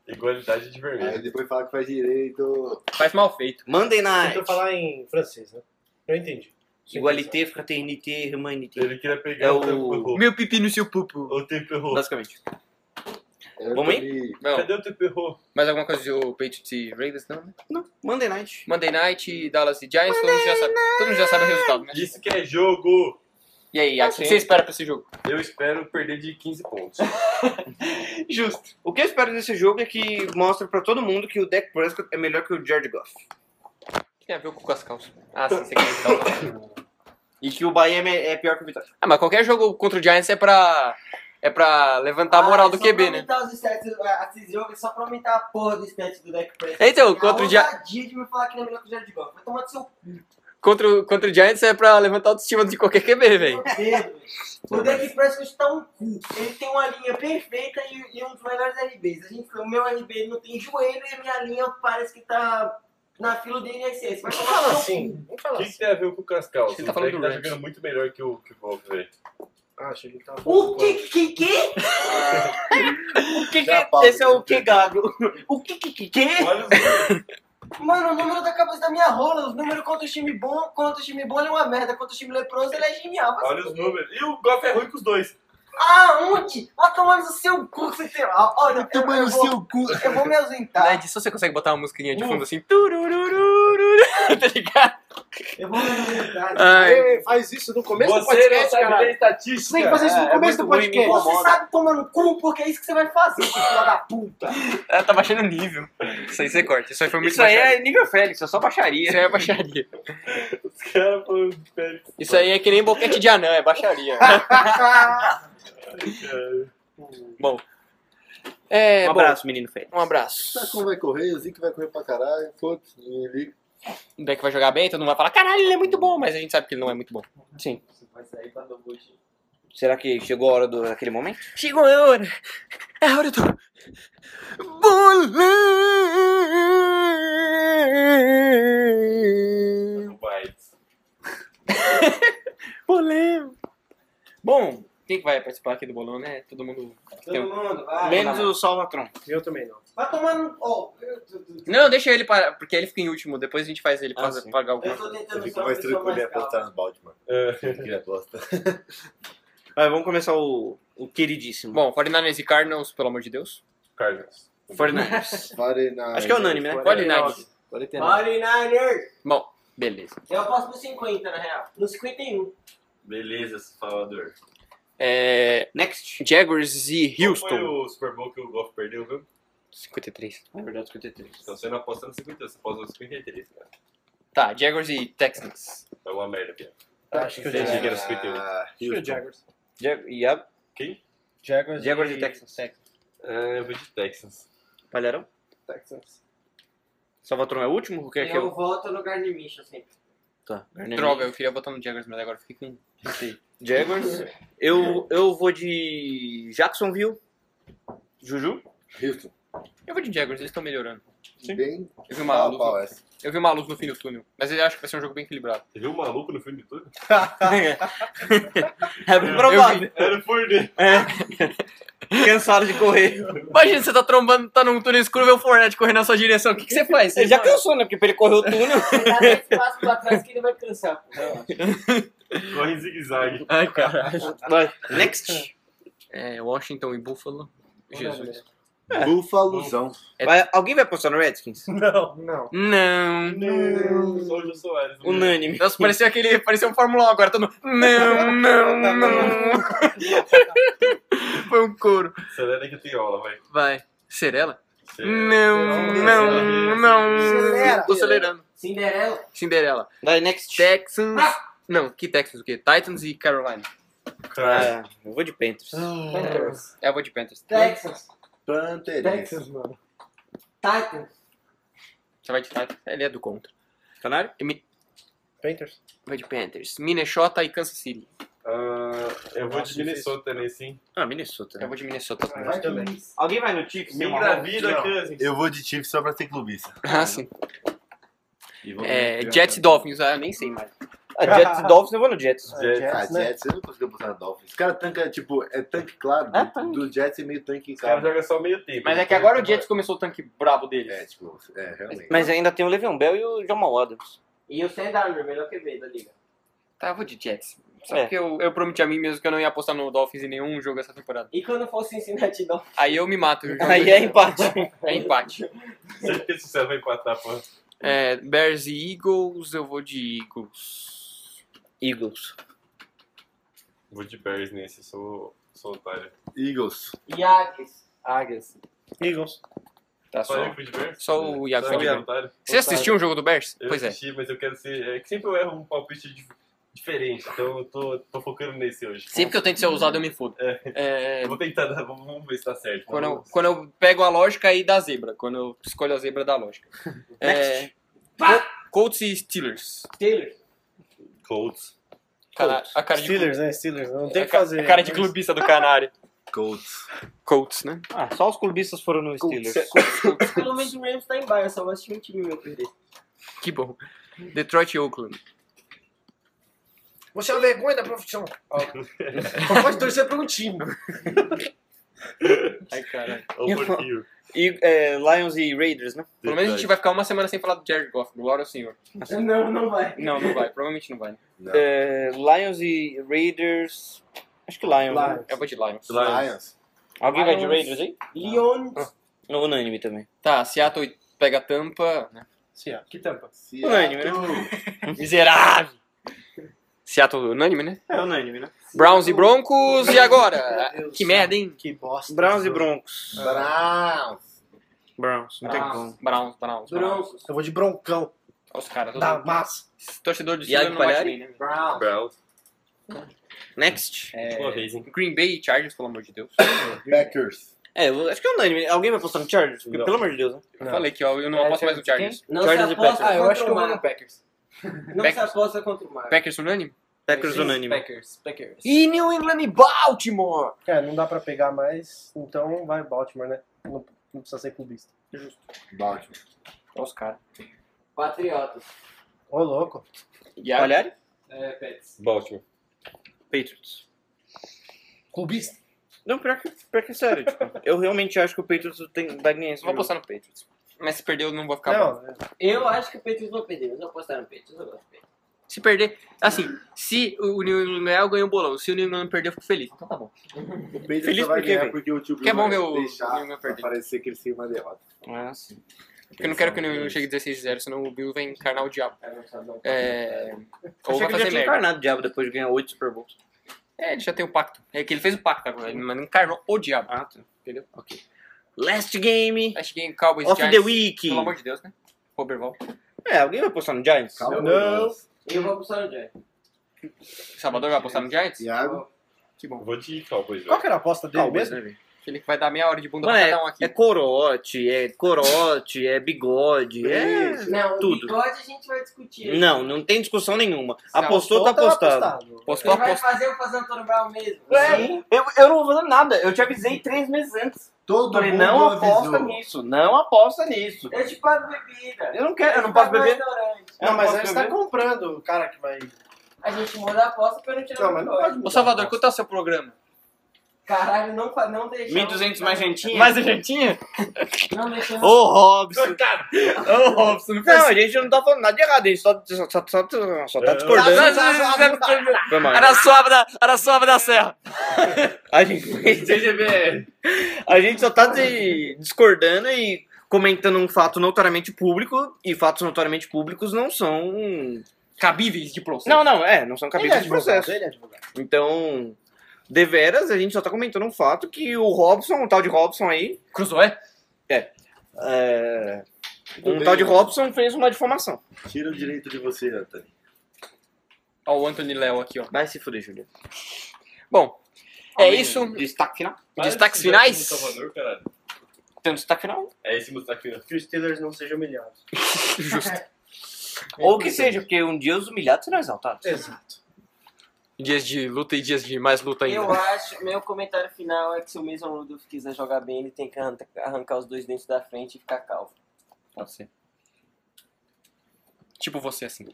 Igualdade de vermelho. Aí depois fala que faz direito. Faz mal feito. Monday Tentou night. falar em francês, né? Eu entendi. Igualité, fraternité, humanité. Ele queria pegar É o o- Temperro. Meu pipi no seu pupu. O Temperro. Basicamente. É, Eu Vamos aí? também- Não, Cadê o Temperro? mais alguma coisa do Patriots e Ravens? Não, né? Não, Monday night. Monday Night, Dallas e Giants, todo mundo já sabe, todo mundo já sabe o resultado, né? Isso que é jogo. E aí, Iago, o que você espera pra esse jogo? Eu espero perder de 15 pontos. Justo. O que eu espero desse jogo é que mostre pra todo mundo que o Dak Prescott é melhor que o Jared Goff. Tem a ver com as calças. Ah, sim, você quer evitar. E que o Bahia é é pior que o Vitória. Ah, mas qualquer jogo contra o Giants é pra, é pra Tá levantar a moral do QB, né? Ah, Aumentar os stats, ah, esses jogos é só pra aumentar a porra do stats do deck press. Então, a contra o dia- ousadia de me falar que não é melhor que o Jared Goff. Vai tomar do seu Contra, o- contra o Giants é pra levantar a autoestima de qualquer QB, velho. dedo. O Dak Prescott tá um cu. Ele tem uma linha perfeita e, e um dos melhores RBs. A gente, o meu RB não tem joelho e a minha linha parece que tá na fila do INSS. Vai tomar Fala no seu assim. Não O fala que, assim. que tem a ver com o Cascal? Ele Ele tá tá, falando do tá Rams. jogando muito melhor que o que o Wolf, velho. Ah, achei que ele tava falando. O que que que? O que que Dá a pausa, Esse é o Jared que gago? O que que que que? Olha os números. Mano, o número da cabeça da minha rola. Os números contra o time bom, contra o time bom ele é uma merda. Contra o time leproso ele é genial. Vai Olha os números. E o Goff é ruim com os dois. Aonde? Vai tomar no seu cu que você tem lá. Olha, eu, Tomando eu, o vou, seu cu. eu vou me Na ausentar. Né, edição você consegue botar uma musiquinha de Hum. fundo assim. tururururu. tá ligado? Eu vou na verdade. Ai, Ei, Faz isso no começo do Você não podcast, sabe cara. ler Você estatística. tem que fazer isso no É, é começo do muito ruim, me podcast. Você incomoda. sabe tomar no cu porque é isso que você vai fazer, seu filho da puta. ela tá baixando o nível. Isso aí você corta. Isso aí foi muito Isso aí baixaria. é nível Félix, é só baixaria. Isso aí é baixaria. Os caras falando de pele. Isso aí é que nem boquete de anã, é baixaria. bom. É, um bom, abraço, menino Félix. Um abraço. Sacon vai correr, o Zico vai correr pra caralho, foda-se, ninguém liga. O Beck vai jogar bem, todo mundo vai falar, caralho, ele é muito bom, mas a gente sabe que ele não é muito bom. Sim. Você vai sair pra dar um gostinho. Será que chegou a hora do- daquele momento? Chegou a hora. É a hora do. Hum, Bolão! Bolão! Bom, quem que vai participar aqui do bolão, né? Todo mundo. Todo mundo, vai. Menos o Salvatron. Eu também não. Vai tomar no. Ó, eu tô- tô- Não, deixa ele parar, porque ele fica em último, depois a gente faz ele Ah, fazer- sim. pagar alguma Eu tô coisa. Eu tentando ser fico uma mais pessoa tranquilo em mais calma. apostar nos balde, mano. É. Que aposta. Vai, vamos começar o, o queridíssimo. Bom, 49ers e Cardinals, pelo amor de Deus. Cardinals. Fernandes. Pare na. Acho que é unânime, né? 49ers. Ah. 49ers! Bom, beleza. Eu aposto no 50, na real. No 51. Beleza, Salvador. É, Next. Jaguars e Qual Houston. foi o Super Bowl que o Goff perdeu, viu? 53. Na verdade, 53. Então você não aposta no 50, você aposta no 53, cara. Tá, Jaguars e Texans. É uma merda, Pia. Ah, Acho que eu Achei já. que era é um. 58. Acho que o Jaguars. Jag e a... Quem? Jaguars, Jaguars e Texans. É, eu vou de Texans. Palharão? Texans. Salvatron é o último? O que é que eu eu... voto no Gardner Michel sempre. Tá. Droga, eu queria botar no Jaguars, mas agora fiquei com. Jaguars. Eu, eu vou de Jacksonville. Juju. Houston. Eu vou de Jaguars, eles estão melhorando. Bem. Eu vi uma Pau, luz, pau, é essa. eu vi uma luz no fim do túnel, mas eu acho que vai ser um jogo bem equilibrado. Você viu o maluco no filme de tudo? É bem provável. Era o Fournette. Cansado de correr. Imagina, você tá trombando, tá num túnel escuro, vê o Fortnite correndo na sua direção. O que, que você faz? Você Ele já morre. cansou, né? Porque pra ele correr o túnel. Você dá 10 passos pra trás que ele vai cansar, pô. Relaxa. Corre em zigue-zague. Ai, caralho. Vai. Next. É, Washington e Buffalo. Jesus. É Bufaluzão. Vai- alguém vai apostar no Redskins? Não. Não. Não. Não. Só o Jô Soares. Unânime. Nossa, parecia aquele. Parecia um Fórmula 1 agora, todo mundo. Não, não, não. Foi um couro. né? Acelera que tem aula, vai. Vai. Serela? Não, não, não. Acelera. Tô acelerando. Cinderela. Cinderela. Vai, next. Texans. Não, que Texans o quê? Titans e Carolina. Cara, Ah, eu vou de Panthers. Panthers. É, eu vou de Panthers. Texas. Panterinhas. Texas, mano. Titans. Você vai de Titans? Ele é do contra. Canário? Panthers. Vai de Panthers. Minnesota e Kansas City. ah, eu vou de Nossa, Minnesota também, sim. Ah, Minnesota. Eu Né? vou de Minnesota também. Eu também. Alguém vai no Chiefs? Bem da vida, Não. Cousins. Eu vou de Chiefs só pra ser clubista. Ah, sim. E vou É, me- Jets e Dolphins. Ah, eu nem sei mais. Ah, Jets e Dolphins, eu vou no Jets. Jets. Ah, Jets, né? Jets, eu não consigo botar no Dolphins. Os caras tanca, tipo, é tanque claro. É do- tanque. Do Jets é meio tanque Os caras claro. jogam só meio tempo. Mas é que agora o Jets começou o tanque brabo É, deles. tipo, é, realmente. Mas ainda tem o Le'Veon Bell e o Jamal Adams. E o Sam Darnold, melhor que veio da liga. Tá, eu vou de Jets. Só É. porque eu, eu prometi a mim mesmo que eu não ia apostar no Dolphins em nenhum jogo essa temporada. E quando for Cincinnati, não. Aí eu me mato. eu jogo- Aí é empate. é empate. Certeza que você vai empatar, pô. É, Bears e Eagles. Eu vou de Eagles. Eagles. Vou de Bears nesse, sou, sou otário. Eagles. Yags. Águias. Eagles. Tá só. Falei que fui de Bears? Só o Iago. Só foi de eu, Bears. otário. Você assistiu um jogo do Bears? né? Eu Pois é. assisti, mas eu quero ser... É que sempre eu erro um palpite dif- diferente, então eu tô, tô focando nesse hoje. Sempre que eu tento ser ousado, eu me fodo. É. É, Eu vou tentar, dar- vamos vamos ver se tá certo. quando, eu, Vamos- quando eu pego a lógica aí da zebra. Quando eu escolho a zebra da lógica. É, Col- Colts e Steelers. Steelers. Colts. Cara, a cara de Steelers, né? Steelers. Não clube- É, tem a o que ca- fazer. né? A cara de clubista do Canário. Colts. Colts, né? Ah, só os clubistas foram no Steelers. Pelo menos o Rams tá em baixo, só vou assistir um time meu perder. Que bom. Detroit e Oakland. Você é uma vergonha da profissão. Ó. Só pode torcer pra um time. Ai, caralho. Overkill. E, é, Lions e Raiders, né? Pelo menos a gente vai ficar uma semana sem falar do Jared Goff. Glória ao senhor. Não, não vai. Não, não vai. Provavelmente não vai. né? Não. É, Lions e Raiders. Acho que Lions. né? Lions. Eu vou de Lions. Lions. Alguém vai de Lions. Raiders aí? Ah, Leon. No unânime também. Tá, Seattle pega Tampa. né? Seattle. Que tampa. Unânime, né? Miserável. Seattle unânime, né? É unânime, né? Browns e Broncos, e agora? Meu Deus que do merda, céu. hein? Que bosta. Browns e Broncos. Browns. Browns, não tem Ah. como. Browns, Browns, Browns. Eu vou de broncão. Tá, Olha os caras. Tá, Da massa. todo- Torcedor do Steelers Iago não bate Palhari? bem, né? Brown. Browns. Next. É, Uma vez, hein? Green Bay e Chargers, pelo amor de Deus. Packers. É, eu acho que é unânime. Alguém vai postar no Chargers? Porque, Não. pelo amor de Deus, né? Eu falei que ó, eu não aposto mais no É, Chargers. Não Chargers se e aposta Packers. Ah, eu acho que contra eu o vou no Mar. Packers. Não se Packers. aposta contra o Mar. Packers unânime? Packers unânime. Packers. Packers. E New England e Baltimore! É, não dá pra pegar mais, então vai Baltimore, né? Não, não precisa ser clubista. Baltimore. Olha os caras. Patriotas. Ô, louco. Palhari? É, Pets. Baltimore. Patriots. Clubista. Não, pior que, pior que sério, tipo, eu realmente acho que o Patriots tem, vai ganhar esse Vou jogo. apostar no Patriots. Mas se perder, eu não vou ficar bom. Não, Eu acho que o Patriots vão perder. Eles apostaram no Patriots. Eu gosto do Patriots. Se perder, assim, se o New England ganhar, eu ganho o bolão. Se o New England perder, eu fico feliz. Então tá bom. O Patriots Feliz só vai por quê, ganhar velho? porque o tio Que é bom ver o- o deixar New England pra perder. parecer que ele tem uma derrota. Ah, sim. Porque eu não quero que o New England chegue 16-0, senão o Bill vai encarnar o diabo. Ah, não sabe não. É... Ou Achei vai que ele já fazer tinha merda. encarnado o diabo depois de ganhar 8 Super Bowls. É, ele já tem o pacto. É que ele fez o pacto agora, mas não encarnou o diabo. Ah, tá. Entendeu? Ok. Last game Acho que ganha Cowboys of the Giants. week. Pelo amor de Deus, né? Roberval. É, alguém vai apostar no Giants? Calma, Não. Browns. Eu vou apostar no Jack. Salvador vai apostar no Giants? Iago. Que bom. Vou de Cowboys, qual velho. que era a aposta dele Cowboys, mesmo? né, velho? Ele que vai dar meia hora de bunda Mano, pra cada um é, aqui. é corote, é corote, é bigode, é... Ixi, Não, Tudo. o bigode a gente vai discutir. Não, não tem discussão nenhuma. Não, Apostou, tá apostado. Postou Você vai aposta. fazer eu fazer o Antônio Brown mesmo. Ué, eu, eu não vou fazer nada. Eu te avisei três meses antes. Todo Falei, mundo não avisou. aposta nisso. Não aposta nisso. Eu te pago bebida. Eu não quero, eu não posso pago beber. restaurante. Eu Não, mas posso a gente beber. tá comprando o cara que vai. A gente muda a aposta pra não tirar Não, o mas não bigode. pode mudar. Ô Salvador, quanto é o seu programa? Caralho, não, fa- não deixa. 1.200 mais gentinha. Mais a gentinha? Não deixa. Ô, Robson. Ô, Robson, não Não, a gente não tá falando nada de errado. A gente só, só, só, só, só tá discordando. Foi mal. Araçoaba da, Araçoaba da Serra. A gente, a gente só tá de- discordando e comentando um fato notoriamente público. E fatos notoriamente públicos não são... Cabíveis de processo. Não, não, é. Não são Ele é cabíveis de advogado, processo. ele é advogado. Então, deveras, a gente só tá comentando um fato que o Robson, um tal de Robson aí, Cruzou, é? é, Tudo um tal bem, de né? Robson fez uma difamação. Tira o direito de você, Anthony. Ó, o Anthony Léo aqui, ó. Vai se fuder, Juliano. Bom, é isso. Destaque final. Para de Destaques sujar aqui finais? no Salvador, caralho. Tem um destaque final? É esse meu destaque final. Que os Steelers não sejam humilhados. Ou que seja, porque um dia os humilhados serão exaltados. Exato. Dias de luta e dias de mais luta ainda. Eu acho, meu comentário final é que se o Mason Rudolph quiser jogar bem, ele tem que arranca- arrancar os dois dentes da frente e ficar calvo. Pode ser. Tipo você, assim.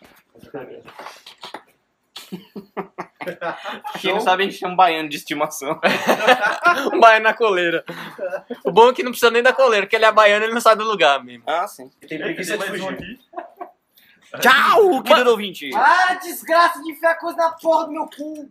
Quem não sabe, a gente tem um baiano de estimação. Um baiano na coleira. O bom é que não precisa nem da coleira, porque ele é baiano e ele não sai do lugar mesmo. Ah, sim. Tem É, preguiça tem de mais um fugir. aqui. Tchau, querido ouvinte! Ah, desgraça de enfiar coisa na porra do meu cu!